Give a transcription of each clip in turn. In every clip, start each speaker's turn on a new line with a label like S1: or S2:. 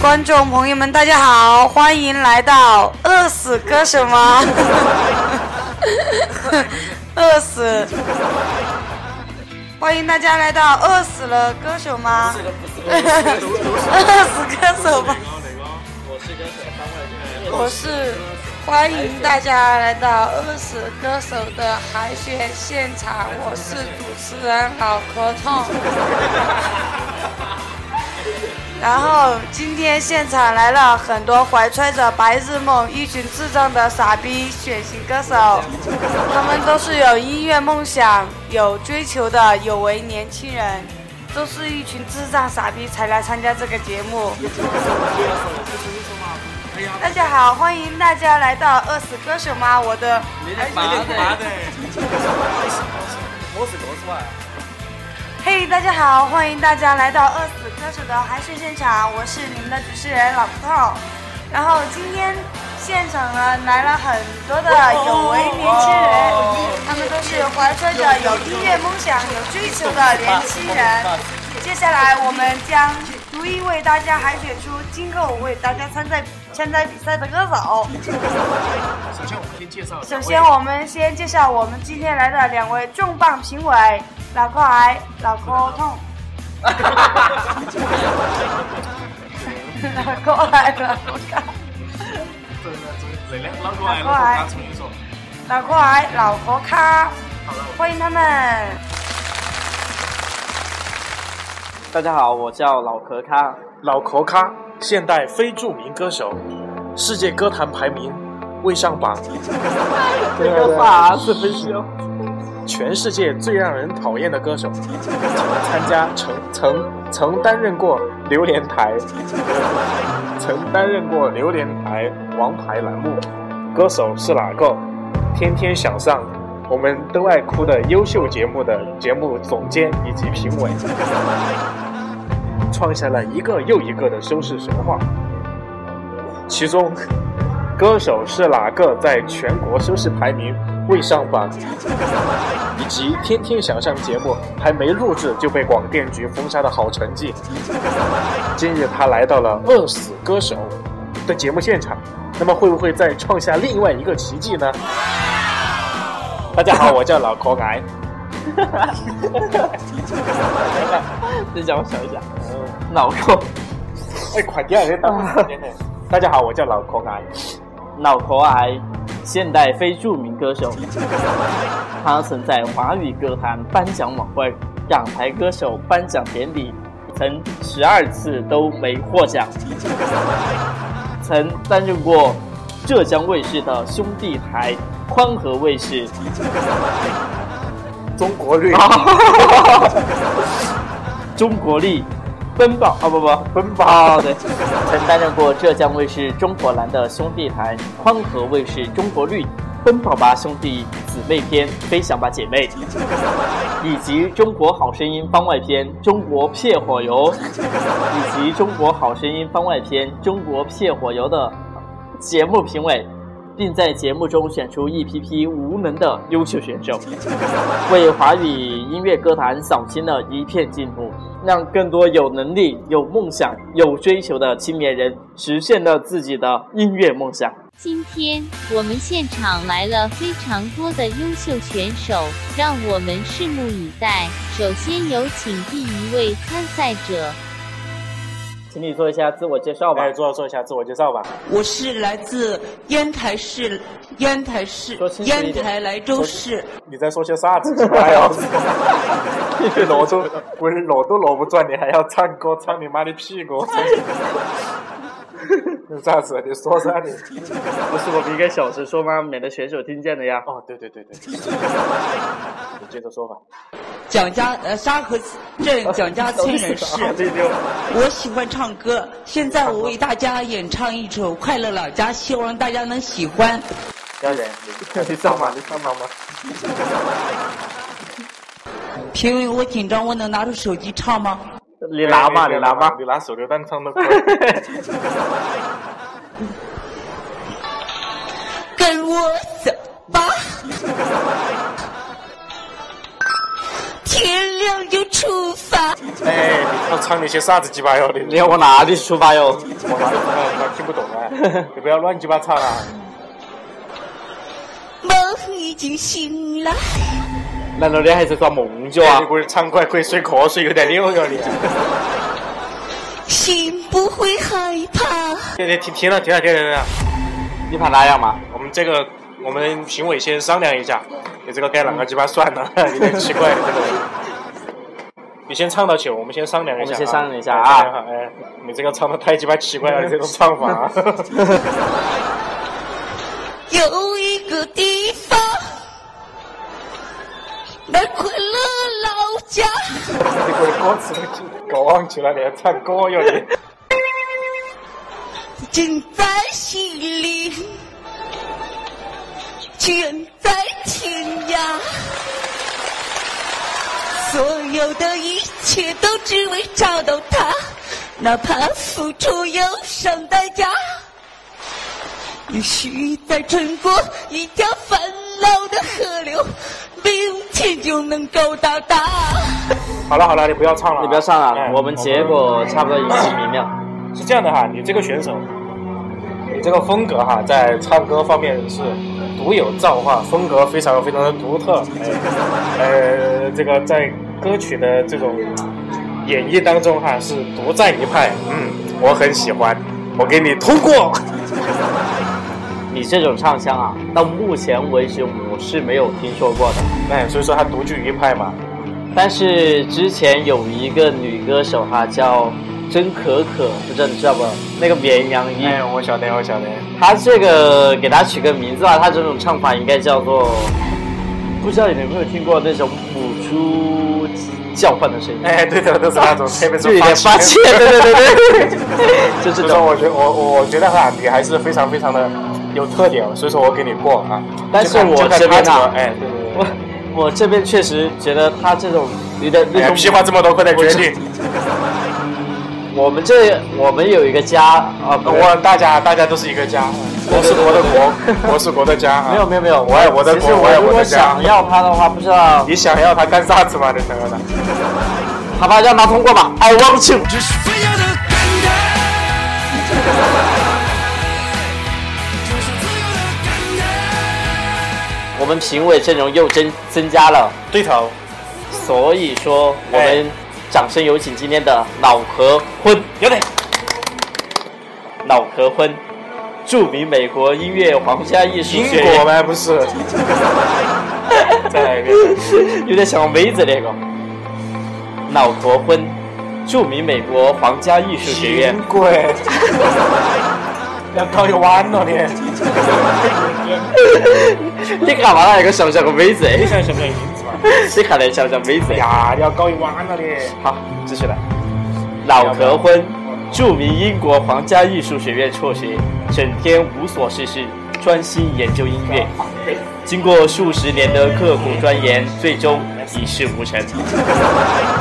S1: 观众朋友们，大家好，欢迎来到饿死歌手吗？ 饿死，欢迎大家来到饿死了歌手吗？饿死歌手吗？我是欢迎大家来到饿死歌手的海选现场，我是主持人老壳痛。然后今天现场来了很多怀揣着白日梦、一群智障的傻逼选型歌手，他们都是有音乐梦想、有追求的有为年轻人，都是一群智障傻逼才来参加这个节目。大家好，欢迎大家来到《饿死歌手》吗？我的，
S2: 我是说实
S3: 啊
S2: 话，
S1: 嘿，大家好，欢迎大家来到《饿死歌手》的海选现场，我是你们的主持人老葡萄。然后今天现场呢来了很多的有为年轻人，他们都是怀揣着有音乐梦想、有追求的年轻人。接下来我们将逐一为大家海选出今后为大家参赛参赛比赛的歌手。
S2: 首先我们先介绍一下
S1: 首先，我们先介绍我们今天来的两位重磅评委：脑壳癌、脑壳痛。 脑壳癌，脑壳痛
S2: 能量脑壳癌，脑壳癌重新说。
S1: 脑壳癌、脑壳咖，欢迎他们。
S3: 大家好，我叫老壳 咖，
S4: 老壳咖，现代非著名歌手，世界歌坛排名未上榜，
S3: 这个啥子分析哦？
S4: 啊全世界最让人讨厌的歌手，参加曾曾曾担任过榴莲台，曾担任过榴莲台王牌栏目，歌手是哪个？天天想上，我们都爱哭的优秀节目的节目总监以及评委，创下了一个又一个的收视神话。其中，歌手是哪个在全国收视排名未上榜，以及天天想上节目还没录制就被广电局封杀的好成绩。今日他来到了《饿死歌手》的节目现场，那么会不会再创下另外一个奇迹呢？大家好，我叫老口癌。
S3: 这让我想一想，呃脑壳
S4: 哎，快点，你等我。大家好，我叫老口癌。
S3: 脑壳癌，现代非著名歌手，他曾在华语歌坛颁奖晚会、港台歌手颁奖典礼，曾十二次都没获奖，曾担任过浙江卫视的兄弟台、宽和卫视。
S4: 中国绿 哦
S3: 中国力奔跑啊不不奔跑对，曾担任过浙江卫视中国蓝的兄弟台、宽和卫视中国绿奔跑吧兄弟姊妹篇、飞翔吧姐妹，以及中国好声音番外篇、中国撇火油，以及中国好声音番外篇、中国撇火油的节目评委。并在节目中选出一批批无能的优秀选手。为华语音乐歌坛扫清了一片净土，让更多有能力、有梦想、有追求的青年人实现了自己的音乐梦想。
S5: 今天我们现场来了非常多的优秀选手，让我们拭目以待。首先有请第一位参赛者，
S3: 请你做一下自我介绍吧
S4: 来，，哎做做一下自我介绍吧。
S6: 我是来自烟台市，烟台市
S3: 说清楚一
S6: 烟
S3: 点
S6: 台莱州市
S4: 你在说些啥子？哎呀，裸都不是裸都裸不转，你还要唱歌，唱你妈的屁股！你啥子？你说啥你？
S3: 不是我们应该小声说吗？免得选手听见了呀。
S4: 哦，对对对对，你接着说吧。
S6: 蒋家呃沙河镇蒋家村人士。
S3: 啊这就
S6: 我喜欢唱歌，现在我为大家演唱一首《快乐老家》，希望大家能喜欢。
S3: 不要脸，
S4: 你上吧，你上吧嘛。
S6: 评委，我紧张，我能拿出手机唱吗？
S3: 你拿嘛，
S4: 你
S3: 你拿嘛。
S4: 你拿手榴弹唱的歌。
S6: 跟我走吧，天亮就出发。
S4: 哎，他唱那些啥子鸡巴哟的，
S3: 你要往哪里出发哟？
S4: 我哪里知道我听不懂啊！你不要乱鸡巴唱啊！
S7: 梦已经醒了，
S3: 难道你还在做梦觉啊
S4: 你？不是唱快会睡瞌睡，有点溜哟你。
S7: 心不会害怕。
S4: 对对，停停了停了停了停了，
S3: 你怕哪样嘛？
S4: 我们这个我们评委先商量一下，你这个该哪个鸡巴算呢？有点奇怪这个。你先唱到起，我们先商量一下、啊。
S3: 我们先商量一下啊
S4: 哎。哎，你这个唱的太鸡巴奇怪 了，你这种唱法、啊。
S7: 有一个地方，那快乐老家，
S4: 这个歌词都搞忘记了，你还唱歌哟你。
S7: 尽在心里，全在天涯。所有的一切都只为找到他，哪怕付出忧伤代价。也许在穿过一条烦恼的河流，明天就能够到达。
S4: 好了好了，你不要唱了啊，
S3: 你不要上
S4: 哎
S3: 了，我们结果差不多已经明了。
S4: 是这样的哈，你这个选手，你这个风格哈，在唱歌方面是独有造化，风格非常非常的独特。呃，呃这个在歌曲的这种演绎当中哈，是独占一派。嗯，我很喜欢，我给你通过。
S3: 你这种唱腔啊，到目前为止我是没有听说过的。
S4: 哎，所以说他独具一派嘛。
S3: 但是之前有一个女歌手哈，叫曾可可，不知道你知道不？那个绵羊音，
S4: 哎，我晓得，我晓得。
S3: 她这个给她取个名字啊，她这种唱法应该叫做，不知道你们有没有听过那种母猪叫唤的声音？
S4: 哎，对的，都是那种，特别
S3: 就有
S4: 是
S3: 啊点
S4: 发
S3: 发
S4: 气
S3: 气，对对对对， 就
S4: 所
S3: 这
S4: 以说，
S3: 种。
S4: 我觉得我我觉得哈，你还是非常非常的有特点，所以说我给你过啊。
S3: 但是
S4: 就看
S3: 我
S4: 就看
S3: 这边啊
S4: 他怎么
S3: 呢
S4: 哎，对对对
S3: 我我这边确实觉得她这种有点
S4: 哎
S3: 那
S4: 呀，
S3: 种
S4: 屁话这么多，快点决定！
S3: 我们这我们有一个家啊，不是
S4: 我大家大家都是一个家，我是国的国，我是国的家啊！
S3: 没有没有没有，
S4: 我爱我的
S3: 其
S4: 国，
S3: 实
S4: 我爱
S3: 如
S4: 我
S3: 果
S4: 的家
S3: 想。要他的话，不知道
S4: 你想要他干啥子嘛？你想要他？
S3: 好吧，让他通过吧。I want you。我们评委阵容又增增加了，
S4: 对头，
S3: 所以说我们掌声有请今天的脑壳昏，
S4: 有点。
S3: 脑壳昏，著名美国音乐皇家艺术
S4: 英
S3: 学
S4: 国
S3: 院，
S4: 吗？不是。再来一遍。
S3: 有点像妹子那个，脑壳昏，著名美国皇家艺术学院
S4: 英。国。要搞一弯了你。
S3: 你看嘛，那个像不像个妹子？哎
S4: 你想想不想英子嘛？
S3: 你看那像不像妹子
S4: 哎？呀，你要搞一弯了你。
S3: 好，继续来。脑壳昏，著名英国皇家艺术学院辍学，整天无所事事，专心研究音乐。经过数十年的刻苦钻研，最终一事无成。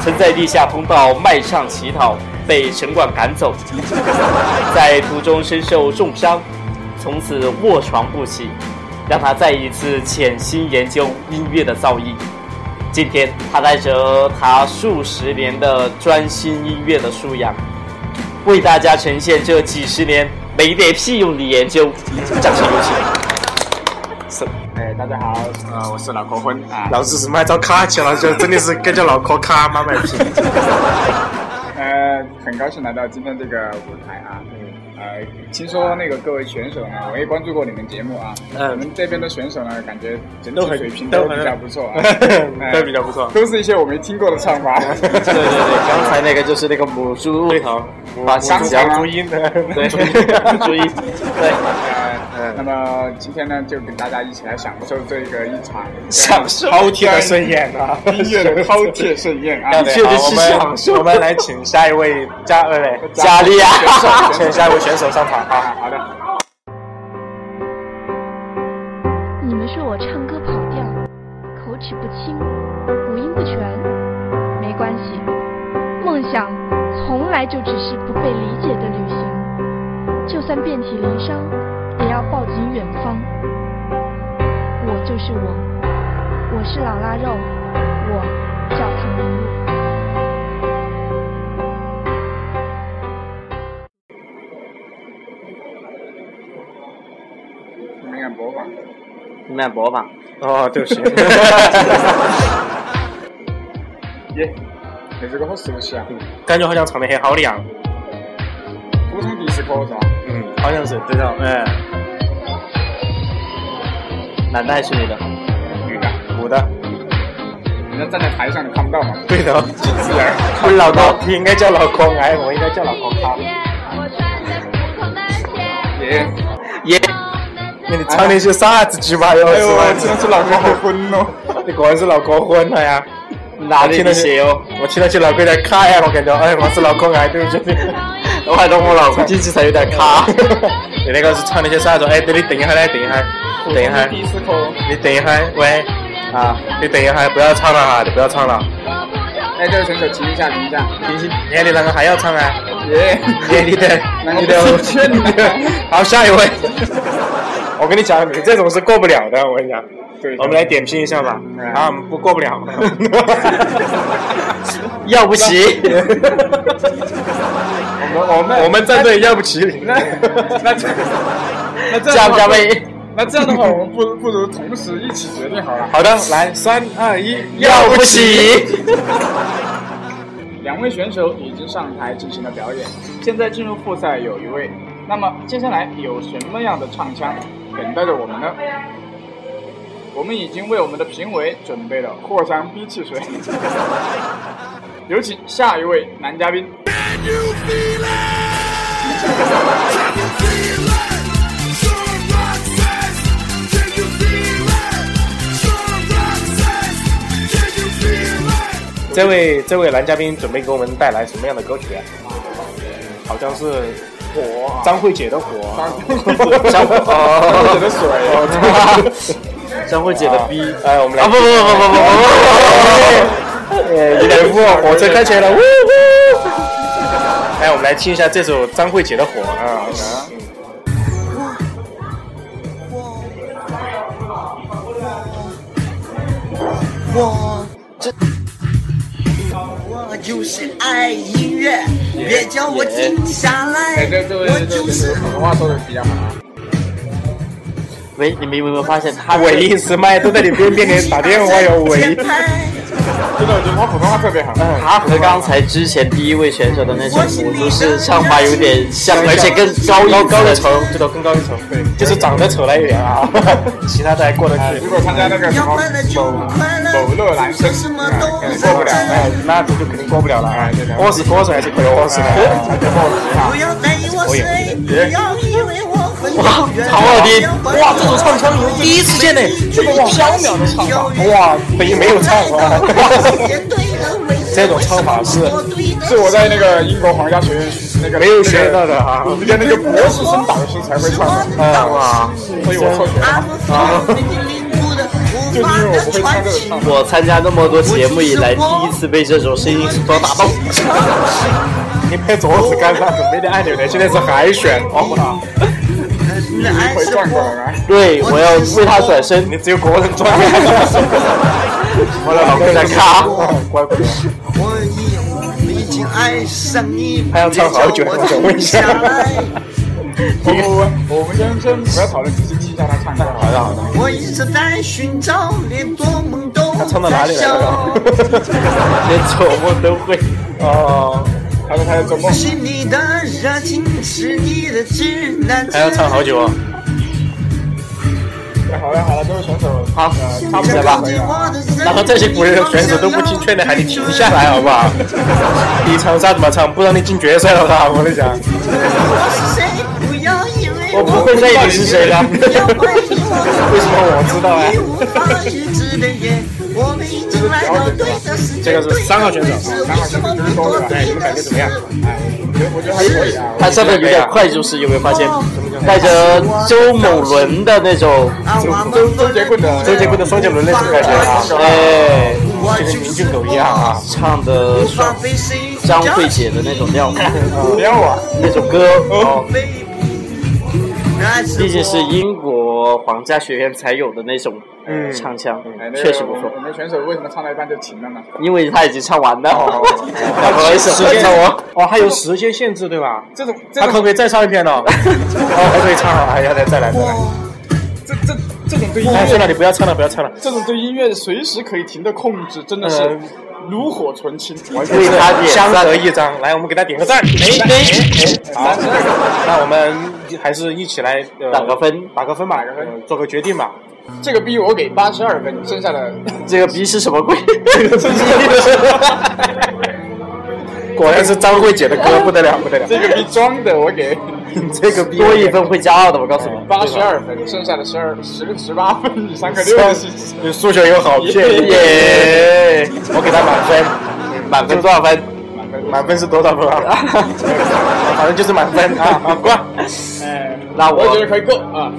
S3: 曾在地下通道卖唱乞讨，被城管赶走，在途中身受重伤，从此卧床不起。让他再一次潜心研究音乐的造诣。今天，他带着他数十年的专心音乐的素养，为大家呈现这几十年没得屁用的研究。掌声有请。是，
S4: 哎，大家好，呃，我是脑壳昏啊
S2: 老子是买找卡去了，就真的是该叫脑壳卡妈卖批。
S8: 呃，很高兴来到今天这个舞台啊。
S4: 嗯
S8: 呃，听说那个各位选手呢，我也关注过你们节目啊。
S4: 嗯
S8: 我们这边的选手呢，感觉整
S4: 都
S8: 体
S4: 很
S8: 水平
S4: 都
S8: 都
S4: 很，
S8: 比较不错啊 哎
S4: 都比较不错
S8: 都是一些我没听过的唱 法。
S3: 对对对，刚才那个就是那个母猪
S4: 对头，
S3: 把
S4: 香
S3: 香
S4: 肠
S3: 肠
S4: 朱茵的，
S3: 对，注意，对，
S8: 呃，那么今天呢，就跟大家一起来享受这个一场
S4: 享受饕餮的盛宴啊！
S8: 音乐的饕餮盛宴啊！
S4: 好
S3: 确实是
S4: 我
S3: 享受
S4: 们我们来请下一位嘉呃嘞，
S3: 加利亚。
S4: 请下一 位选手上场
S8: 啊
S4: 啊！，
S8: 好的。
S9: 你们说我唱歌跑调，口齿不清，五音不全，没关系，梦想从来就只是不被理解的旅行，就算遍体鳞伤，也要抱紧远方。我就是我，我是老腊肉，我叫唐明路。
S3: 你脉搏吧。
S4: 哦， 对不起。
S8: 耶，你这个好熟悉啊！
S4: 感觉好像唱的很好的样子。
S8: 古铜迪斯科是吧？
S4: 嗯，好像是这种，
S3: 哎
S4: 嗯，
S3: 男的还是女的？
S8: 女的，
S4: 女的，
S8: 人家站在台上你看不到嘛。
S4: 对的。
S8: 是啊，
S4: 我老高，你应该叫老高哎，我应该叫老高咖。
S8: 耶，
S3: 耶，
S4: 你唱的是啥子鸡巴哟？
S8: 哎呦，
S4: 是吧
S8: 我真的是脑壳好昏哦。
S4: 你个人是脑壳昏了呀？
S3: 哪里的鞋哦？
S4: 我听到起脑壳有点卡呀，我感觉，哎，我是脑壳癌，对不起。
S3: 我还懂我脑壳经济才有点 卡。
S4: 你那个是唱的些啥子？哎，对，你等一下来，等一下，等一下，
S8: 迪斯科。
S4: 你等一下，喂，
S3: 啊，
S4: 你等一下，不要唱了啊哈，你不要唱了。
S8: 哎，这位选手停一下，停一下。
S4: 你你你啷个还要唱啊？
S8: 耶，
S4: 你你的你的，好，下一位。我跟你讲，你这种是过不了的，我跟你讲。
S8: 对，
S4: 我们来点评一下吧。啊，我们不过不 了。
S3: 要不起，
S8: 我们我们
S4: 我们在这里要不起你。
S8: 那那这那这样的话
S3: 加不加位？
S8: 那这样的话，我们不不如同时一起决定好了。
S4: 好的，来，三二一，
S3: 要不起。
S8: 两位选手已经上台进行了表演，现在进入复赛有一位。那么接下来有什么样的唱腔等待着我们呢？我们已经为我们的评委准备了藿香逼汽水。 有请下一位男嘉宾。
S4: 这位这位男嘉宾准备给我们带来什么样的歌曲啊？
S8: 嗯
S4: 好像是
S8: 火啊
S4: 张慧姐的《火》啊
S3: 张慧
S8: 张姐的水，
S3: 张慧姐的逼
S4: 哎，我们来
S3: 啊！不不不不不不
S4: 有点雾，火车开起来了，呜呜！哎，我们来听一下这首张慧姐的《火》啊。
S10: 我这我就是爱音乐，别叫我停下来
S8: 哎，这这位
S10: 我
S8: 这
S10: 就
S8: 位
S10: 是
S8: 普通话说的比较好啊。
S3: 不！喂，你们有没有发现他
S4: 尾音是麦都在你边边给打电话哟，尾音。
S8: 真的，我觉得他普通话特别好。
S3: 他和刚才之前第一位选手的那种辅助是唱法有点像，而且更高
S4: 高高一
S3: 一
S4: 层，这都更高一层，对，就是长得丑了一点啊，其他的还过得去
S8: 如。果参加那个什
S10: 要
S8: 么
S10: 快乐就快乐，
S8: 某乐男生，
S10: 什么都
S8: 哎
S10: 在
S8: 过不了，
S4: 哎
S8: 哎，，
S4: 那这就肯定过不了了啊！我是歌手还是可以我是
S8: 哎
S4: 的。
S8: 这过不了
S10: 不要在意我谁，不要以为我很有缘。
S3: 唐奥丁，
S10: 哇，这种唱腔你们第一次见呢，这么飘渺的唱法，
S4: 哇，没没有唱啊！
S10: 这种唱法是
S8: 是我在那个英国皇家学院那个
S4: 没有学到的啊
S8: 我们的那个博士生导师才会唱的，
S4: 啊哇，
S8: 所以我错学了。
S10: 就是因为我不会唱这种唱法。
S3: 我参加那么多节目以来，第一次被这种声音所打动。
S4: 你拍桌子干啥子？没得按钮的，现在是海选，哦好不好？
S8: 会转过来吗？
S3: 对，我要为他转身。
S4: 你只有国人转。我的老公在卡，乖乖。
S10: 我已我已经爱上你，
S4: 还要唱好久
S10: 别叫
S4: 我想问一下
S10: 我停来
S8: 不不不，我们先先不要讨论，只是听一下他唱歌。好的好的。
S10: 我一直在寻找，连做梦都在
S4: 唱到哪里来了？
S3: 连做梦都会。
S4: 哦，
S8: 他说他在做梦。
S10: 是你的热情，是你的指南
S4: 还要唱好久啊！
S8: 好了好了，这位选手，
S3: 好，
S8: 差不多
S3: 起来
S8: 了
S3: 吧。
S8: 可以了。
S4: 然后这些古人的选手都不听劝的，还得停下来，好不 好？你唱啥子嘛唱，不然你进决赛了吧？我跟你讲，
S10: 我是谁？不要以为
S3: 我不会在意你是谁的。
S10: 要怀疑我
S4: 为什么我知道哎
S10: 你？无法预知的夜，我们已经来到对的时间。
S4: 这个是三号选手
S10: 三号选手
S8: 就是高的
S4: 哎，你们感觉怎么样？
S8: 我觉得还可以啊。
S3: 他唱的有点快，就是有没有发现？带着周某伦的那种，
S10: 啊，我们
S8: 周周杰棍的
S4: 周杰棍的双杰伦那种感觉啊，
S3: 哎，
S10: 我
S4: 这个
S10: 就
S4: 名
S10: 是
S4: 俊狗一样啊。
S3: 唱的
S10: 无法被谁
S3: 张慧姐的那种调，
S8: 撩啊！
S3: 那种歌。哦，
S10: baby，那是我
S3: 毕竟是英国皇家学院才有的那种
S4: 嗯
S3: 唱腔
S8: 哎，，
S3: 确实不错
S8: 我。们选手为什么唱到一半就停了呢？
S3: 因为他已经唱完了，
S4: 他
S3: 不好意思，
S4: 哦时间
S3: 那我
S4: 哦，还有时间限制对吧？
S8: 这种这
S4: 他
S8: 种
S4: 可啊哎不可以再唱一遍呢？哦，还可以唱，还要再再来再来。
S8: 这这这种对音
S4: 哎，
S8: 乐，
S4: 算了，你不要唱了，不要唱了。
S8: 这种对音乐随时可以停的控制，真的是
S4: 嗯
S8: 炉火纯青。
S4: 为他点相得益彰，来，我们给他点个赞。哎哎哎，好，那我们还是一起来呃
S3: 打个分，
S4: 打个分吧，呃做个决定吧。
S8: 这个逼我给八十二分，剩下的。
S3: 这个逼是什么鬼？
S4: 果然是张慧姐的歌，不得了，不得了
S8: 这个逼装的我给
S4: 这个逼
S3: 多一分会加二的，我告诉你。
S8: 八十二分，剩下的十二十十八分，你三个六
S4: 算
S8: 的信息。
S4: 你数学有好屁
S3: 耶
S4: 我给他满分，满分多少分？满分是多少分啊？ 反正就是满分啊！啊，过。
S8: 哎，
S3: 那
S8: 我
S3: 我
S8: 觉得可以够啊。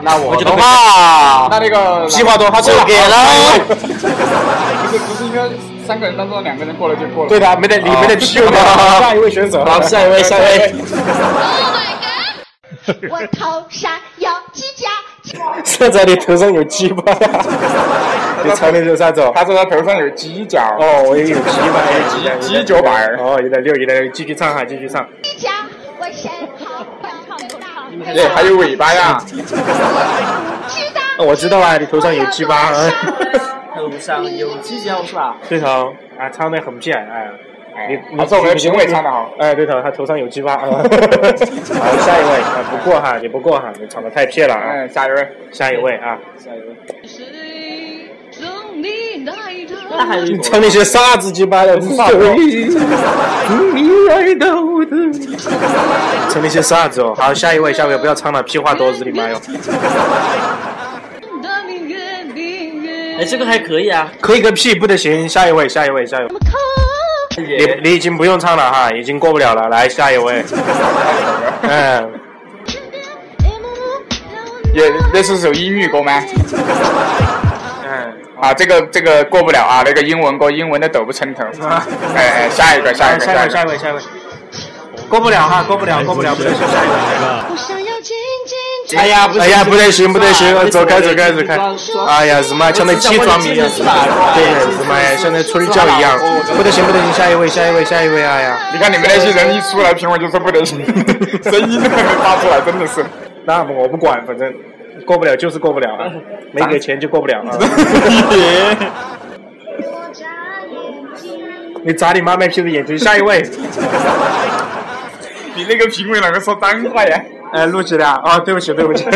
S4: 那我
S3: 我觉
S4: 的
S3: 得吧，
S8: 那那个
S4: 计划多，他吃
S3: 我
S4: 了。
S3: 给了。
S8: 不是不是应该三个人当中两个人过了就过了。
S4: 对的，没得你没得批我们
S3: 好
S4: 下一位选手。
S3: 好，下一位，下一位。
S11: 我头上有犄角，
S4: 社长，你头上有鸡巴？你常年就啥子？
S8: 他说他头上有犄角，
S4: 哦，我也有鸡巴，也有
S8: 鸡脚板儿
S4: 哦，有点六，有点六，继续唱哈，继续唱。
S11: 犄角，我身后有个大尾
S8: 对，还有尾巴呀。
S11: 知道
S4: 哦我知道啊，你头上有鸡巴。啊
S3: 头上有犄角是吧？
S4: 对头，啊，唱的很贱，哎。你
S8: 还是我们评委唱得好，
S4: 哎，对头，他头上有鸡巴 啊！好，下一位，啊，不过哈，你不过哈，你唱的太撇了啊！
S8: 哎，下一位，
S4: 下一位啊，
S8: 下一位，
S3: 那还有一种
S4: 唱那些啥子鸡巴的？唱那些啥子哦？好，下一位，下一位，不要唱了，屁话多，日你妈哟！
S3: 哎，这个还可以啊。
S4: 可以个屁，不得行！下一位，下一位，下一位。你你已经不用唱了哈，已经过不了了。来下一位，嗯，
S8: 也这是首英语歌吗？
S4: 呃
S8: 啊，这个这个过不了啊，那个英文歌，英文的抖不抻头。哎哎，下一个，下一
S4: 来
S8: 个，
S4: 啊下一
S8: 一
S4: 位，下
S8: 个，
S4: 一位，下一位，过不了哈，过不了，过不了，不得行，下一位。
S11: 我想要紧紧
S4: 哎呀，哎呀，不得行，不得行，走开，走开，走开。哎呀，日妈，像那气装迷一啊样，
S3: 啊
S4: 对，日妈呀，像那村儿叫一样，不得行，不得行，下一位，下一位，下一位，哎呀，
S8: 你看你们那些人一出来，评委就说不得 行，声音都没发出来，真的是。
S4: 那我不管，反正过不了就是过不了 啊，没给钱就过不了啊。
S11: 我眨眼睛，
S4: 你眨你妈卖批的眼睛，下一位。
S8: 你那个评委哪个说脏话呀？
S4: 哎，录起来啊！哦对不起，对不起，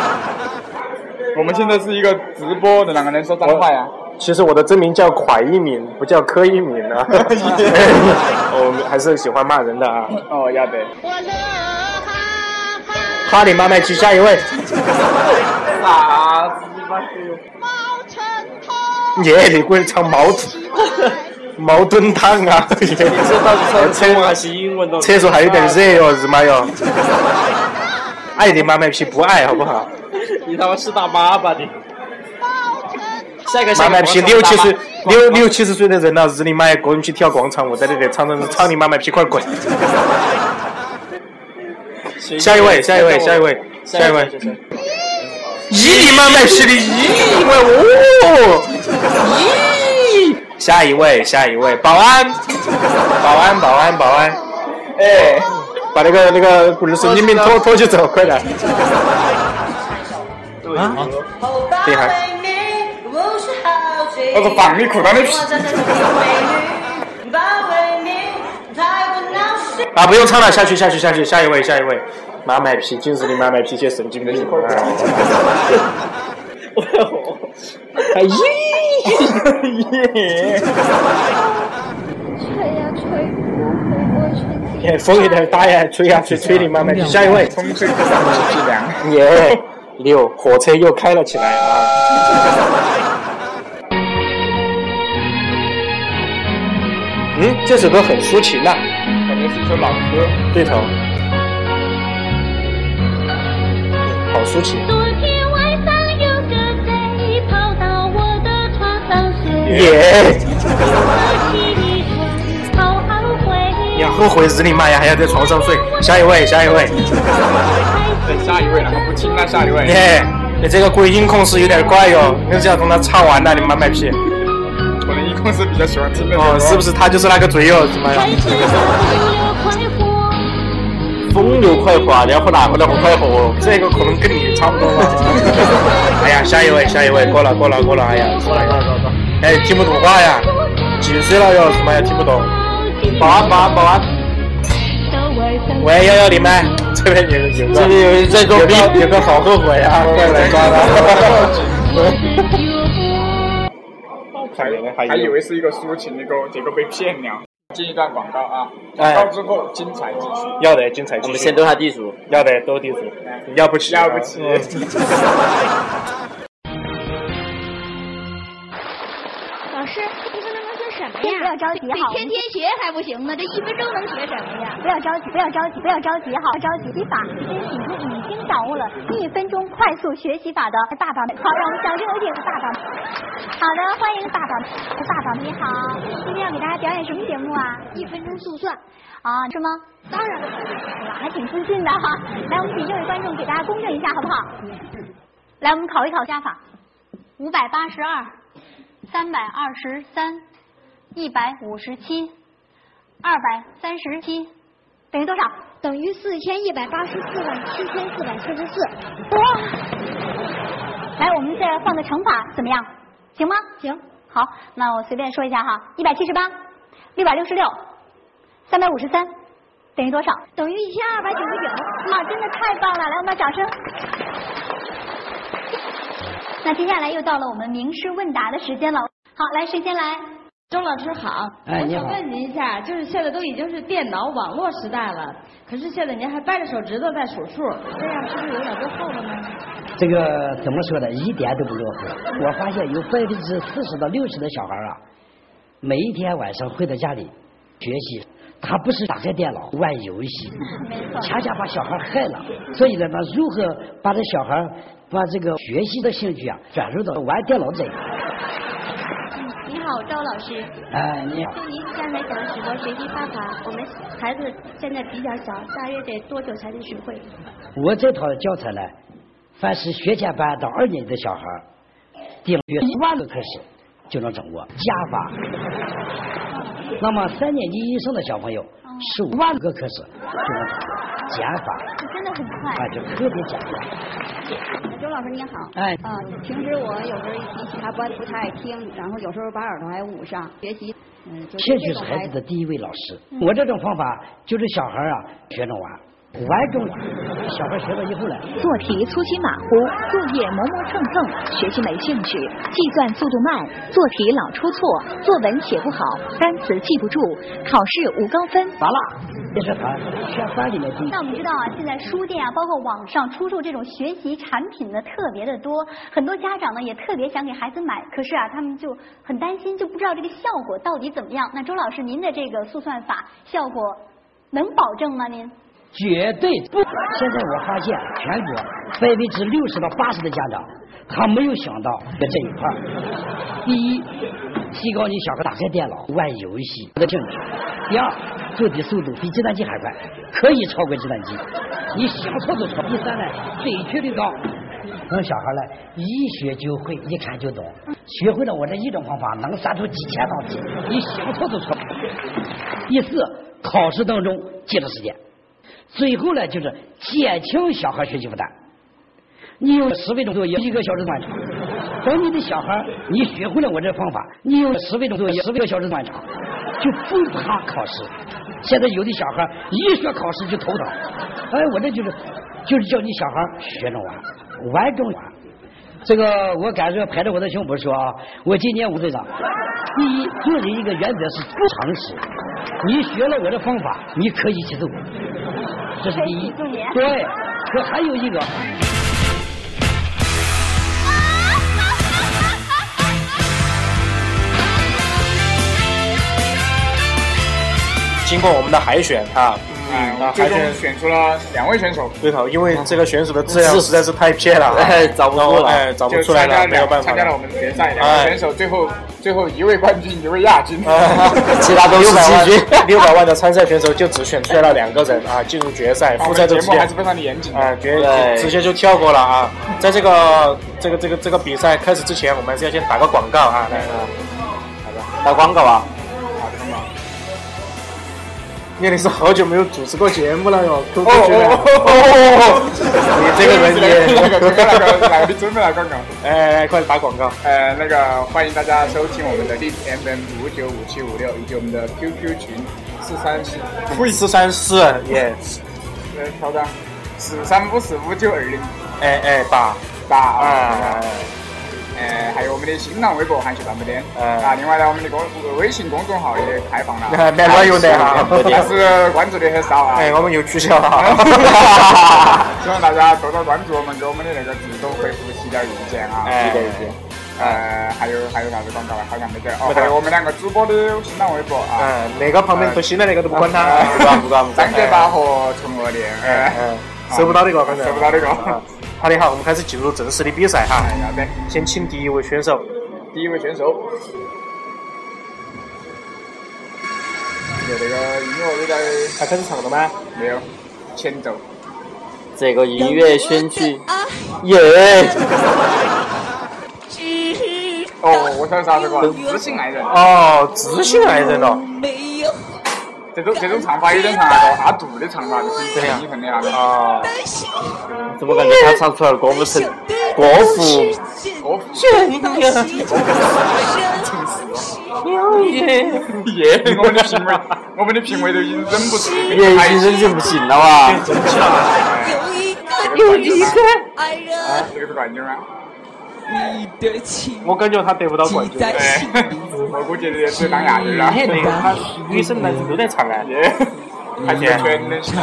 S8: 我们现在是一个直播的，哪个人说脏话呀？
S4: 其实我的真名叫蒯一敏，不叫柯一敏 啊。我们还是喜欢骂人的啊。
S8: 哦，要得。
S11: 我乐哈哈
S4: 哈你妈卖去下一位，
S8: 啊，
S11: 冒成头，
S4: 耶！你会唱矛矛盾烫啊？
S3: 这到底算是中文还是英文的？
S4: 厕所还有点热哟，日妈哟！爱你妈卖批不爱好不好？
S3: 你他妈是大妈吧你？下一个
S4: 妈
S3: 下一
S4: 卖
S3: 个
S4: 批六七岁六六七十岁的人了，日你妈呀！滚去跳广场舞，在那里唱唱唱你妈卖批，快滚！下一位，下一位，下一位，下一位。咦，你妈卖批的！咦，因为哦，咦，下一位，下一位，保安，保安，保安，保安，哎，把那个那个骨头神经病拖拖去走，快点！啊，厉害！
S8: 我
S4: 哦
S8: 说放你裤裆的屁！
S4: 啊，不用唱了，下去，下去，下去，下一位，下一位，妈卖批，就是你妈卖批，些神经病！哎咦，
S9: 吹呀吹，不会过春季。
S4: 耶风有点大呀，吹呀吹，吹你妈卖批，下一位。
S8: 风吹裤裆是屁凉。
S4: 耶，六，火车又开了起来啊！嗯，这首歌很抒情呐、
S8: 感觉是一首老歌。
S4: 对头。嗯好抒情，
S11: 昨天晚上有个贼你跑到我的床上睡，
S4: 耶！
S11: 我心里说好后悔。
S4: 你要后悔日你妈呀，还要在床上睡。下一位，下一位，
S8: 对，下一位了，我不听了，下一位。
S4: 耶！你这个归音控是有点怪哟，你是要从他唱完的，你妈卖批
S8: 我的音控是比较喜欢
S4: 哦
S8: 听那种
S4: 哦，是不是他就是那个嘴哟？什么呀？
S11: 开始的不留快活，
S4: 风流快活，你要不哪个那么快活？这个可能跟你差不 多吧。哎呀，下一位，下一位，过了，过了，过了，哎呀，过了，过了，过了。哎，听不懂话呀？几岁了哟？什么呀？听不懂？保安，保安，保安。喂，哎幺幺零麦， 这边有有个，
S3: 这边有人在做
S4: 有
S3: 兵
S4: 个有个好后悔 啊，快来抓他！
S8: 还
S4: 还
S8: 还以为是一个抒情的歌，结果被骗了。进一段广告啊，广
S4: 哎
S8: 告之后精彩继续。
S4: 要得，精彩继续。
S3: 我们先兜下地主，
S4: 要得兜地主，要不起，
S8: 要不起
S4: 嗯
S12: 老师，一分钟能学什么呀？ 不要着急，好，天天学还不行吗？这一分钟能学什么呀？不要着急，不要着急，不要着急，好，着急。习法其实已经已经掌握了一分钟快速学习法的爸爸们，好，让我们掌声有请爸爸们。好的，欢迎爸爸们，爸爸们你好，今天要给大家表演什么节目啊？一分钟速算。啊，是吗？当然了，哇，还挺自信的哈、来，我们请这位观众给大家公正一下，好不好？来，我们考一考加法，五百八十二。三百二十三，一百五十七，二百三十七，等于多少？等于四千一百八十四万七千四百四十四。哇！来，我们再换个乘法，怎么样？行吗？行。好，那我随便说一下哈，一百七十八，六百六十六，三百五十三，等于多少？等于一千二百九十九。 哇，真的太棒了！来，我们掌声。 那接下来又到了我们名师问答的时间了。好，来，谁先来？
S13: 周老师好，
S12: 哎
S13: 我
S12: 你好
S13: 想问您一下，就是现在都已经是电脑网络时代了，可是现在您还掰着手指头在数数，这样是不是有点落后了呢？
S14: 这个怎么说呢？一点都不落后。我发现有百分之四十到六十的小孩啊，每一天晚上会在家里学习，他不是打开电脑玩游戏， 恰恰把小孩害了。所以呢，那如何把这小孩把这个学习的兴趣啊转入到玩电脑这一块？
S12: 嗯
S13: 你好，周老师。
S14: 哎，你好。
S13: 就您刚才讲的许多学习方法，我们孩子现在比较小，大约得多久才能学会？
S14: 我这套教材呢，凡是学前班到二年级的小孩儿，定约一万个课时就能掌握加法。那么三年级以上的小朋友，
S13: 哦
S14: 十五万个课时就能掌握减法，
S13: 这真的很快。
S14: 啊，就特别简单。
S13: 周老师您好，
S14: 哎
S13: 啊、平时我有时候一提他不爱不太爱听，然后有时候把耳朵还捂上，学习，嗯、就这
S14: 兴趣是
S13: 种
S14: 孩
S13: 孩
S14: 子的第一位老师
S13: 嗯。
S14: 我这种方法就是小孩儿啊学着玩，玩中玩，小孩学了以后呢，
S15: 做题粗心马虎，作业磨磨蹭蹭，学习没兴趣，计算速度慢，做题老出错，作文写不好，单词记不住，考试无高分。完了，
S14: 这是他学班里面第一。
S12: 那我们知道啊，现在书店啊，包括网上出售这种学习产品呢，特别的多。很多家长呢也特别想给孩子买，可是啊，他们就很担心，就不知道这个效果到底怎么样。那周老师，您的这个速算法效果能保证吗？您？
S14: 绝对不。现在我发现全国百分之六十到八十的家长，他没有想到在这一块儿第一，提高你小孩打开电脑玩游戏的兴趣；第二，做题速度比计算机还快，可以超过计算机，你想超就超；第三呢，准确率高。让小孩呢一学就会，一看就懂，学会了我这一种方法，能算出几千道题，你想错就错。第四，考试当中节省时间。最后呢，就是减轻小孩学习负担。你有十分钟作业，一个小时完成。等你的小孩，你学会了我这方法，你有十分钟作业，十个小时完成，就不怕考试。现在有的小孩一学考试就头疼，哎，我这就是就是叫你小孩学着玩，玩中玩。这个我感觉拍着我的胸脯说啊，我今年五岁了。第一，做人一个原则是常识，你学了我的方法，你可以起诉我，这是第一。对，可还有一个，
S4: 经过我们的海选啊，嗯，那
S8: 哎最
S4: 海
S8: 终
S4: 选
S8: 选出了两位选手，
S4: 对头，因为这个选手的质量实在是太偏了，
S3: 哎找不出来
S4: 然后哎，找不
S8: 就
S4: 出来
S8: 参加
S4: 了，没有
S8: 两
S4: 办法
S8: 参 加了我们的决赛，两位
S4: 哎
S8: 选手最后最后一位冠军，一位亚军，
S4: 其他都是季军。 六百万的参赛选手就只选出来了两个人啊，进入决赛，
S8: 我
S4: 复
S8: 们
S4: 赛
S8: 的
S4: 都
S8: 哦节
S4: 直
S8: 目还
S4: 接
S8: 是非常的严谨的
S4: 啊，决直接就跳过了啊。在这个这个这个这个比赛开始之前，我们还是要先打个广告啊，来啊，好吧，
S3: 打广告啊。
S8: 好的，那么
S4: 聂律师好久没有主持过节目了哟，都
S8: 哦
S4: 都觉得
S8: 哦哦哦哦
S4: 你这个人 也
S8: 那个刚刚那个哪个真的来广告？
S4: 哎，快打广告。
S8: 呃，那个欢迎大家收听我们的 Lead FM 五九五七五六以及我们的 QQ 群四三四
S4: 负四三四耶，
S8: 呃，调整四三五四五九二零
S4: 哎哎八
S8: 八
S4: 哎
S8: 二。呃，还有我们的新浪微博“韩雪半边天”，
S4: 呃
S8: 啊，另外呢，我们的公微信公众号也开 放了，
S4: 哎蛮乱用的哈
S8: 但是关注的很少啊。
S4: 哎，我们又取消了啊。
S8: 希望大家多多关注我们，给我们的那个自动回复提点意见啊。
S4: 哎提点意见。
S8: 呃，还有还有啥子广告啊？好像没得哦
S4: 没。得
S8: 还有我们两个主播的新浪微博啊。呃
S4: 嗯，哪个旁边不行的那个都不管他，哎不管不管不
S8: 张
S4: 管。
S8: 德宝和陈恶莲。
S4: 哎，嗯，收不到那个，反正
S8: 收不到那个
S4: 嗯好的，好，我们开始进入正式的比赛哈。
S8: 好的。
S4: 先请第一位选手。
S8: 第一位选手。呃有这个音乐有点。
S4: 他开始唱了吗？
S8: 没有，前奏。
S3: 这个音乐宣剧，耶！
S8: 哦，我想啥子歌？知性爱人。
S4: 哦，知性爱人哦。
S8: 没有。这种这种唱法有点像那个阿杜的唱法，就是一分一分的那个。
S4: 啊。
S3: 怎么感觉他唱出来的歌舞成国服？
S8: 国服。
S11: 有
S3: 耶
S8: 耶！我们的评委， 我们的评委都已经忍不住了。
S3: 也已经忍就不行了哇！
S8: 有
S11: 一个
S8: 爱人。啊这个是冠军吗？
S4: 你的情，我感觉他得不到冠军。
S8: 对，我估计这是啊当亚军了。
S4: 哎那个他女生男生都在唱啊。
S8: 还是全能像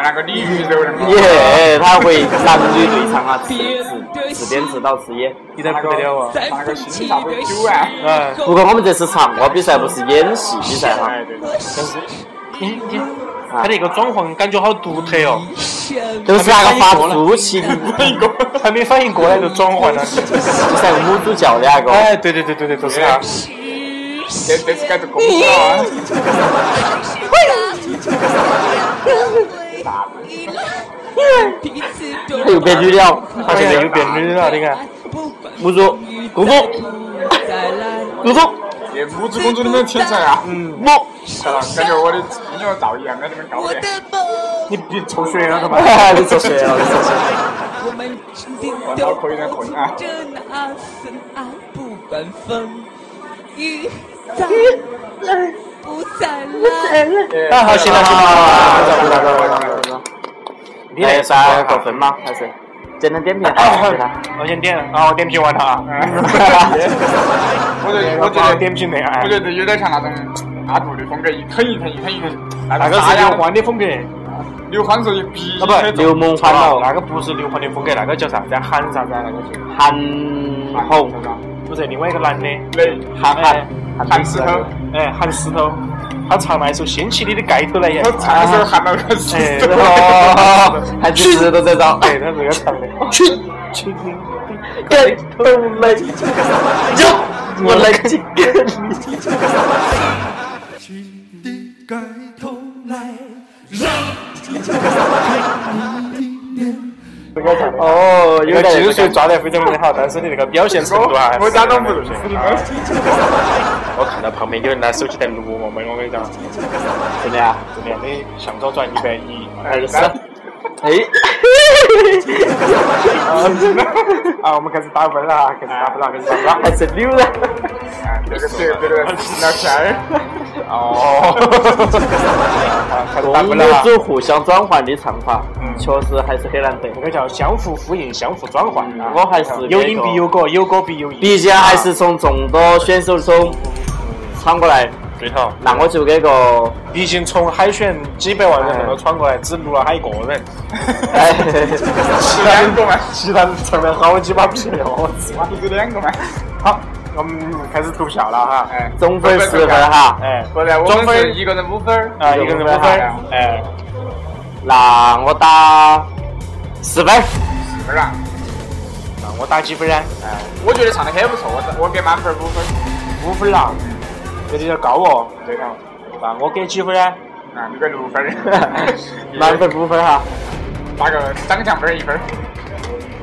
S8: 那个李宇柔那个。
S3: 耶，他会男女对唱啊，自自自编自导自演，
S4: 你咋不得了啊？
S8: 那个心差不多九万。
S4: 嗯，
S3: 不过我们这次唱歌比赛不是演戏比赛哈，
S4: 但是你你他那个装潢感觉好独特 哦，
S3: 都是那个发猪情，
S4: 哎还没反应过来就装潢了，
S3: 就是那个母猪叫的那个。
S4: 哎，对对对对对，就是啊。
S8: 这这次该做公司了。
S3: 他又变女了，
S4: 他现在又变女了，你看。
S3: 母猪公主，公主，
S8: 耶，母猪公主你们天才啊！嗯，
S3: 我，？
S8: 感觉我的音乐造诣啊，没你们高点。
S4: 你别抽血了，干嘛
S3: 你抽血了，你抽血了。
S8: 我们我脑壳有点困啊。
S6: 真阿森阿不本分，一再不再来。
S3: 啊，好，行了，行了，
S4: 不
S3: 不打不
S4: 打不打
S3: 打不
S4: 不打
S3: 打
S4: 不
S3: 不
S4: 打
S3: 打。你还有啥扣分吗？还是简单点评他？给他
S4: 啊我先点啊，我点评完 了啊。
S8: 我觉 得，我
S4: 我
S8: 觉得
S4: 点评的啊
S8: 我，觉得有点像那种阿杜的风格，一腾一腾一腾一腾。
S4: 那个是刘欢的风格。
S8: 刘欢说一逼。
S4: 啊不，
S8: 刘
S3: 梦
S4: 欢哦了，那个不是刘欢的风格，那个叫啥子啊？韩啥子啊？那个是
S3: 韩
S4: 红，不是另外一个男的，
S8: 哎
S4: 韩寒
S8: 韩石头，
S4: 哎，韩石头，他唱那一首《掀起你的盖头》来呀，
S8: 他唱的时候喊了个石
S4: 哎，
S8: 头。
S4: 哦
S3: 还一直都在找，
S4: 对，他这个唱的，
S3: 去
S4: 去你
S3: 跟头们哟，我来几个你。
S11: 盖头来让你的脸
S4: 这个唱的
S3: 哦
S4: 这个技术抓得非常的好，但是你那个表现程度啊，
S8: 我假装不认识你们。
S4: 我看到旁边有人拿手机在录我们，我跟你讲，
S3: 怎么样？
S4: 怎么样？你相机转一百一，
S3: 二十
S4: 三。
S3: 哎，
S4: 啊，我们开始打分了，开始打分了，开始打分了，
S3: 还是溜了。
S4: 哎
S8: 这个这个这个聊天儿。
S4: 哦。啊
S3: 公母猪互相转换的唱法，确实还是很难得。
S4: 那个叫相互呼应、相互转换。啊
S3: 我还是
S4: 有因必有果，有果必有因。
S3: 毕竟还是从众多选手中闯过来。
S4: 对头。
S3: 那我就给个，
S4: 毕竟从海选几百万人那个闯过来，只录了他一个人，
S3: 哎，
S4: 其他人其他人唱的好鸡巴屁哦！我操，
S8: 不是两个吗？
S4: 好，我们开始投票了哈。哎，
S3: 总分十分哈
S4: 哎，
S8: 不是，我
S4: 总
S8: 们是
S4: 分
S8: 一个人五分儿
S4: 啊，一个人五分，哎，
S3: 那我打十分，
S8: 十分啊。
S4: 那我打几分啊？哎，
S8: 我觉得唱的很不错，我我给满分儿五分儿。
S4: 五分啦，这就叫高哦。
S8: 对头。
S4: 那我给几分啊？
S8: 啊，你给六分儿。
S3: 满分五分哈。
S8: 呃打个张强分儿一分儿。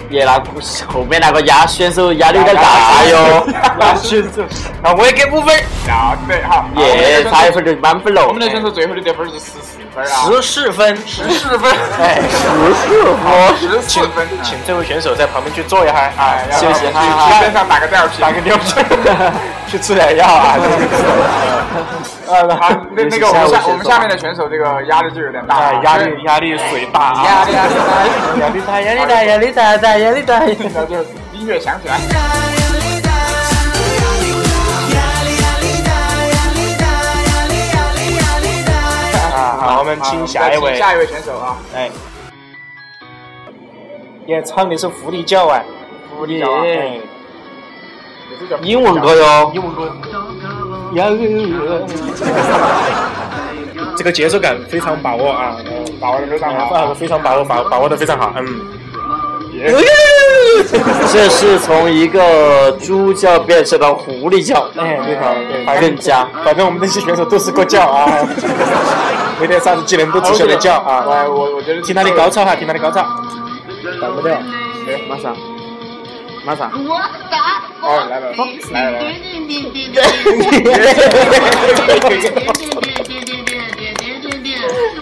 S3: 也拿过后面那个压选手压力有点大哟，
S8: 那选手，
S3: 那我也给五分儿，
S8: 啊对好，
S3: 耶，差一分就满分喽
S8: 我。们的选手最后的得分是十四分啊，
S3: 十四分，
S8: 十四分，
S3: 哎，十四分，
S8: 十四分，
S4: 请这位选手在旁边去坐一下，
S8: 哎，
S4: 休息一
S8: 去
S4: 下，
S8: 去边上打个吊瓶，
S4: 啊打个吊瓶， 去吃点药啊。
S8: 呃，好，那那个我们下我们下面的选手这个压力就有点大
S4: 哎
S8: 了，
S4: 压力压力水大啊！
S8: 啊压力压力大，
S3: 压力大，压力大，压力大，大压力大。
S8: 那呃就音乐响起来。
S4: 啊，好，我们听下一位，
S8: 下一位选手啊，
S4: 哎，也唱的是福利教啊，哎
S8: 福利教啊
S4: 耶
S8: 也是叫
S3: 英文歌哟
S4: 英文歌，这个节奏感非常把握啊，
S8: 把握的非常
S4: 啊，
S8: 好。
S4: 非常把握，把把握的非常好，嗯，
S3: 这是从一个猪叫变成了狐狸叫，
S4: 哎，对好，对，
S3: 还更加。
S4: 反正我们这些选手都是个叫啊，有点啥子技能都只晓得叫啊，
S8: 我我我觉得
S4: 听他的高潮哈，听他的高潮，
S3: 等不了，马上，马上。
S11: 我打
S8: 哦，来了，来了，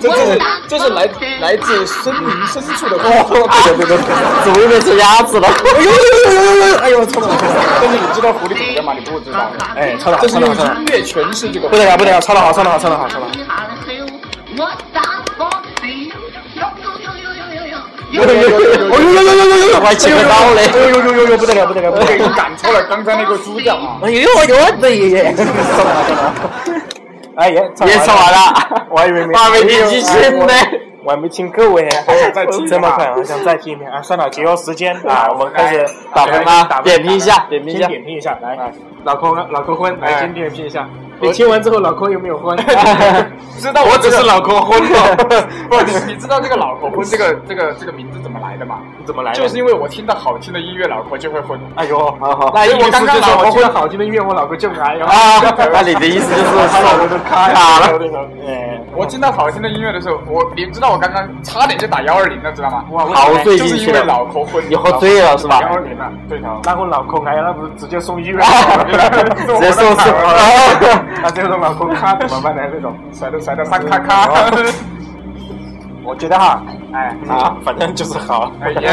S11: 我
S4: 是
S11: 打
S4: 这是来来自森
S8: 嗯
S4: 林深处的光，
S3: 对对对，怎么又变成鸭子了？
S4: 哎呦，操！
S8: 但是你知道狐狸怎么的吗？你不知道。
S4: 哎，超的好，
S8: 这是
S4: 超的好，超的好
S8: 用，月诠释这个。
S4: 不得了，不得了，超的好，超的好，超的好，超的好。
S11: 我打保底，
S4: 呦呦呦呦呦呦呦呦呦！还切个刀嘞！呦呦呦呦！不得了，不得了，不
S8: 我
S4: 得
S8: 给你
S4: 了！
S8: 赶超了刚才那个猪叫啊！
S3: 哎呦，我我的爷！
S4: 哎，也
S3: 也唱完了，
S4: 我还以为没，哎
S3: 我还没听几声呢。
S4: 我还没听够哎，还想再
S8: 听一下
S4: 这么快，还想再听一遍啊！算了，节约时间啊，我们开始
S3: 打分吗
S4: 打？分
S3: 点评一下，点评一
S4: 先
S3: 下。
S4: 点评一下，来，
S8: 脑壳昏，脑壳昏，
S4: 哎
S8: 来先点评一下。
S4: 你听完之后脑壳有没有昏？
S8: 哎知道
S4: 我只是脑壳昏了
S8: 不，你知道这个脑壳昏这个这个这个名字怎么来的吗？
S4: 怎么来的？
S8: 就是因为我听到好听的音乐，脑壳就会昏。
S4: 哎呦，好好，
S8: 所以我刚刚脑壳
S4: 我
S8: 昏
S4: 昏
S8: 了好听的音乐，我脑壳就来了。
S3: 啊，那你的意思就是
S4: 哎
S8: 脑
S3: 说啊
S8: 壳都开
S3: 卡了？
S8: 了。我听到好听的音乐的时候，我你知道我刚刚差点就打幺二零了，知道吗？哇
S3: 好醉
S8: 就是
S3: 进
S8: 因
S3: 去
S8: 为
S3: 了
S8: 脑壳昏。
S3: 你喝醉了是吧
S8: 幺二零了，对头。
S4: 那我脑
S8: 哎
S4: 壳癌，那不是直接送医院？
S3: 直接送死
S8: 了。
S4: 那这种脑壳
S8: 咔怎么办呢？这种甩都甩到三咔咔。
S4: 哦我觉得哈，
S8: 哎，
S4: 啊，反正就是好。
S8: 哎 呀，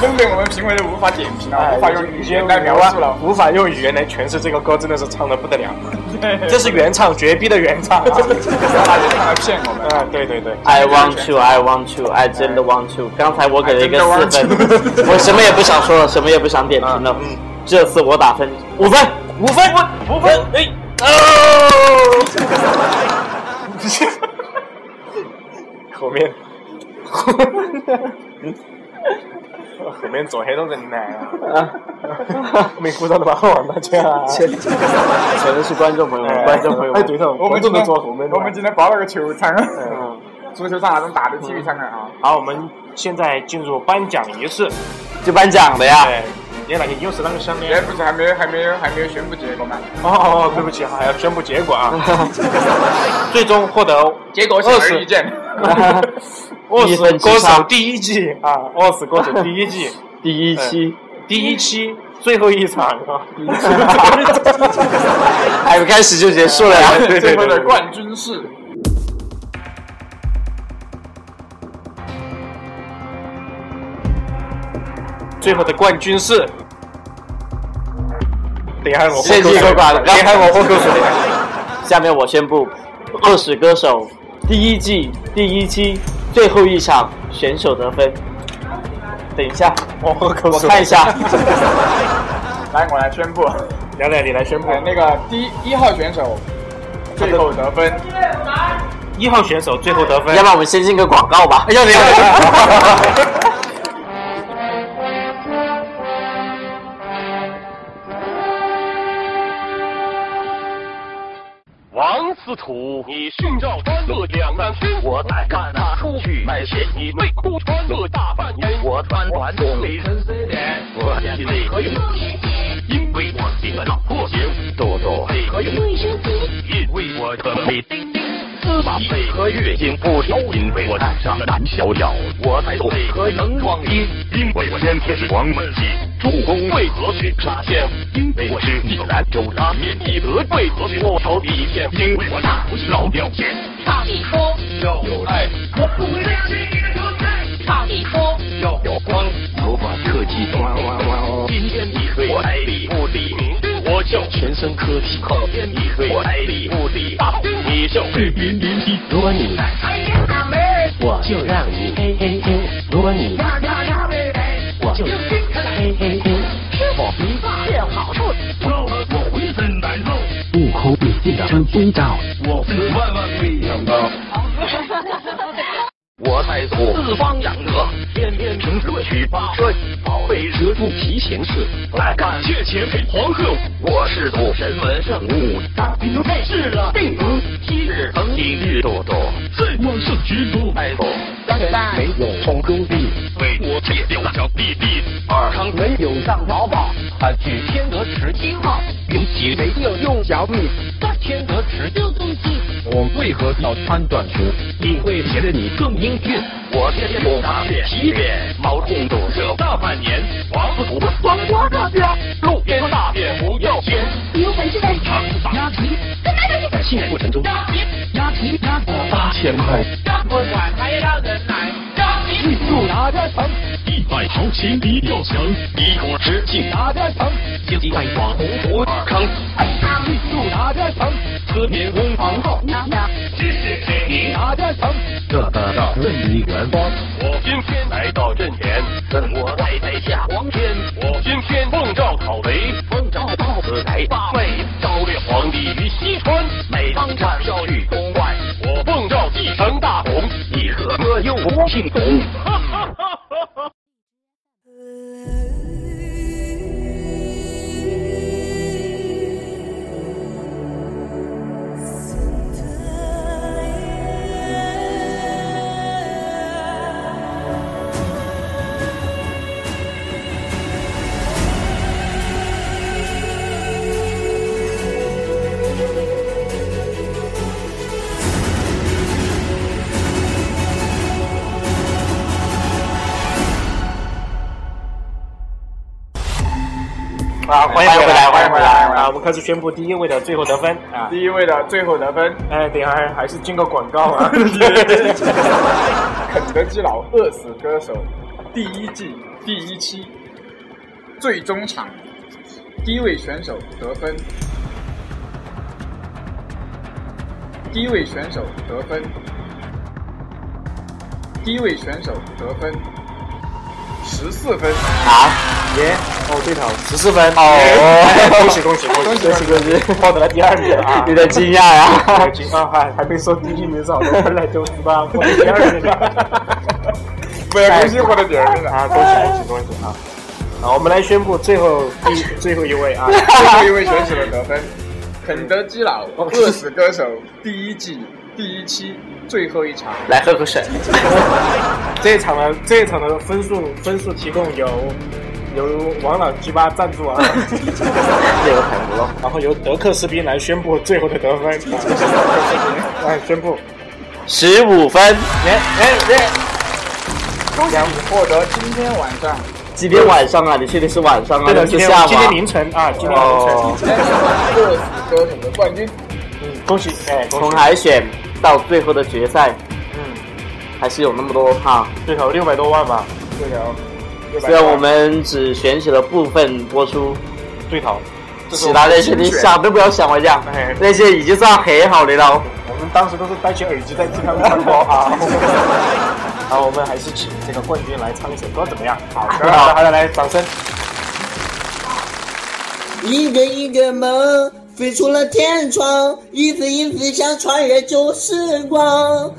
S8: 根本我们评委都无法点评
S4: 哎
S8: 了，无法用语言来描述了。
S4: 无法用语言来诠释这个歌，真的是唱的不得 了。
S8: 这
S4: 这是原唱，绝逼的原唱啊！
S8: 大家看来骗我们。
S4: 啊，对对对，
S3: I want you, I want you, I 真的 want you。刚才我给了一个四
S8: I
S3: 分
S8: 真的 want，you
S3: 我什么也不想说了，什么也不想点评了。这次我打分五分，五分，五分，哎，哦，
S4: 后 面，后面做很多人呢，
S3: 啊
S4: 没啊鼓掌的把我王大家 啊！
S3: 全全都是观众朋友们，
S4: 哎
S3: 观众朋友
S4: 哎，
S3: 们，
S4: 对头，
S8: 我们
S4: 都
S8: 今
S4: 能
S8: 天
S4: 做后面的。
S8: 我们今天包了个球场，
S4: 嗯，
S8: 足球场那种大的体育场啊。
S4: 好，我们现在进入颁奖仪式。
S3: 就颁奖的呀。
S4: 哎，你看，你又是啷个想的？
S8: 哎，不是还没有还没有还没有宣布结果吗？
S4: 哦哦，哦，对不起，还要宣布结果 啊！最终获得
S8: 结果显而易见。
S4: 《
S3: 一
S4: 饿
S3: 分
S4: 死
S3: 之
S4: 歌
S3: 差
S4: 手》第一季啊，《饿死歌手》第一季
S3: 第一期
S4: 第一期最后一场 啊，
S3: 还没哎开始就结束了呀。
S4: 哎对对对
S8: 最后的冠军是
S4: 最后的冠军是。等一下，我喝
S3: 先
S4: 口
S3: 进
S4: 水
S3: 个广告
S4: 等一下，我喝口水。
S3: 下面我宣布，《饿死歌手》第一季第一期最后一场选手得分。等一下，
S4: 我喝口
S3: 我
S4: 水。
S3: 看一 下，
S8: 来我来宣布，
S4: 聊聊你来宣布。
S8: 哎，那个第一号选手最后得分，
S4: 一号选手最后得分
S3: 要不，然我们先进个广告吧。
S4: 哎
S3: 要不 要？
S16: 王司徒，你训照欢乐两难分，我胆敢大出去卖血，你内裤穿了大半年，我穿完东里深邃点，我心里可有，因为我的老破鞋，豆豆里可有，因为我的美丁丁。司马配合月经不调，因为我爱上了男小妖，我才配合能装逼，因为我先天是黄焖鸡。主公为何去杀仙？因为我是牛兰州拉面一德。为何去我朝一片？因为我大不是老掉线。
S17: 大力说
S16: 要有爱，
S17: 我不会让你一个存在。大力说
S16: 要有光，头发特技哇哇哇！今天你对我爱理不理，明天我就全身科技。后天你对我爱理不理，大后天你就被别人踢。如果你来，
S17: 哎呀，大妹，
S16: 我就让你嘿嘿嘿；如果你
S17: 呀呀呀妹妹，
S16: 我就嘿嘿嘿。
S17: 吃我皮发是好处，
S16: 要了我浑身难受，
S18: 悟空，你竟然知道？
S16: 我是万万没想到。我在左四方养鹅，天天乘乐曲八顺，宝贝蛇肚提前事，来感谢前辈黄鹤。我是赌神文圣武，大兵都盖世了，定能昔日曾经日多多，最旺盛之都爱否？当然没有红勾弟，为我戒掉小弟弟。二康没有上淘宝，他去天鹅池七号，尤其没有用小米，在天鹅池丢东西。我为何要穿短裙？因为显得你更英俊。我天天抹茶变洗脸，毛孔堵塞大半年，王不土黄瓜大家，路边大便不要钱。
S17: 你有本事在
S16: 长发鸭皮，
S17: 跟那个
S16: 在幸福城中
S17: 鸭皮鸭皮鸭皮，
S16: 八千块，
S17: 让我管还让人来鸭皮，
S16: 迅速拿着糖，一百毫升一要强，一口直径拿着糖，经济在网红火尔康，迅速拿着糖，喝年工房号。
S17: 拿拿，
S16: 知识给你拿着成。
S18: 这得到任意元芳，
S16: 我今天来到阵前，跟我太太下黄天。我今天奉诏讨贼，奉诏到此来罢魏，招掠皇帝于西川。每当战效率宫外，我奉诏继承大统，你可莫又不信统。
S4: 啊，欢迎回来，欢迎回来啊！我们开始宣布第一位的最后得分啊，
S8: 第一位的最后得分，
S4: 哎，等一下还是进个广告 啊。
S8: 肯德基老饿死歌手第一季第一期最终场，第一位选手得分，第一位选手得分，第一位选手得分十四分
S4: 啊！耶！哦，对头，十四分
S3: 哦
S4: 恭喜恭喜恭喜恭喜恭喜！获得了第二名啊！
S3: 有点惊讶呀
S4: 有点惊讶，还还没说第一名是好多分来丢失吧？获得第二名了，
S8: 不是恭喜获得第二名了
S4: 啊！恭喜恭喜恭喜啊！啊，我们来宣布最后第最后一位啊，
S8: 最后一位选手的得分，肯德基佬饿死歌手第一季第一期最后一场，
S3: 来喝口水。
S4: 这一场的这一场的分数分数提供由由王老鸡巴赞助啊，
S3: 这个很多。
S4: 然后由德克士兵来宣布最后的得分，来宣布，
S3: 十五分，
S4: 耶耶耶！
S8: 恭喜你获得今天晚上
S3: 今天晚上啊，你确定是晚上啊？
S4: 对的，
S3: 那
S4: 今
S3: 是
S4: 天
S3: 下午啊。
S4: 今天凌晨啊，今天凌
S3: 哦
S4: 晨，
S8: 饿死歌手的冠军。
S4: 恭喜哎，恭
S3: 从
S4: 喜！
S3: 海选到最后的决赛，
S4: 嗯，
S3: 还是有那么多哈。
S4: 对头六百多万吧，
S8: 对头，
S3: 虽然我们只选取了部分播出，
S4: 对头，
S3: 其他那些你想都不要想，我讲
S4: 哎，
S3: 那些已经算很好的了。
S4: 我们当时都是戴起耳机在听他 们唱歌啊。然后我们还是请这个冠军来唱一首歌怎么样？好
S3: 啊
S4: 的，好的，来掌声。
S19: 一个一个梦飞出了天窗，一次一次想穿越旧时光。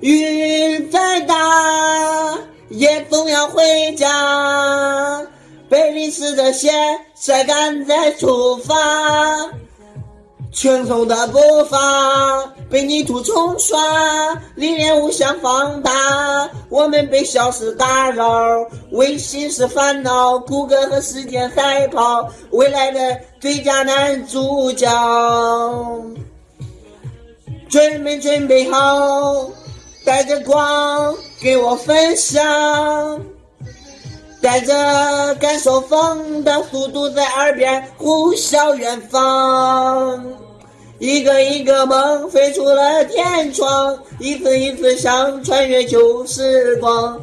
S19: 雨再大，也总要回家。背离时的线，晒干再出发。轻松的步伐被泥土冲刷，历练无限放大，我们被小事打扰，为心事烦恼，谷歌和时间赛跑，未来的最佳男主角。准备准备好，带着光给我分享，带着感受风的速度在耳边呼啸远方，一个一个梦飞出了天窗，一次一次想穿越旧时光。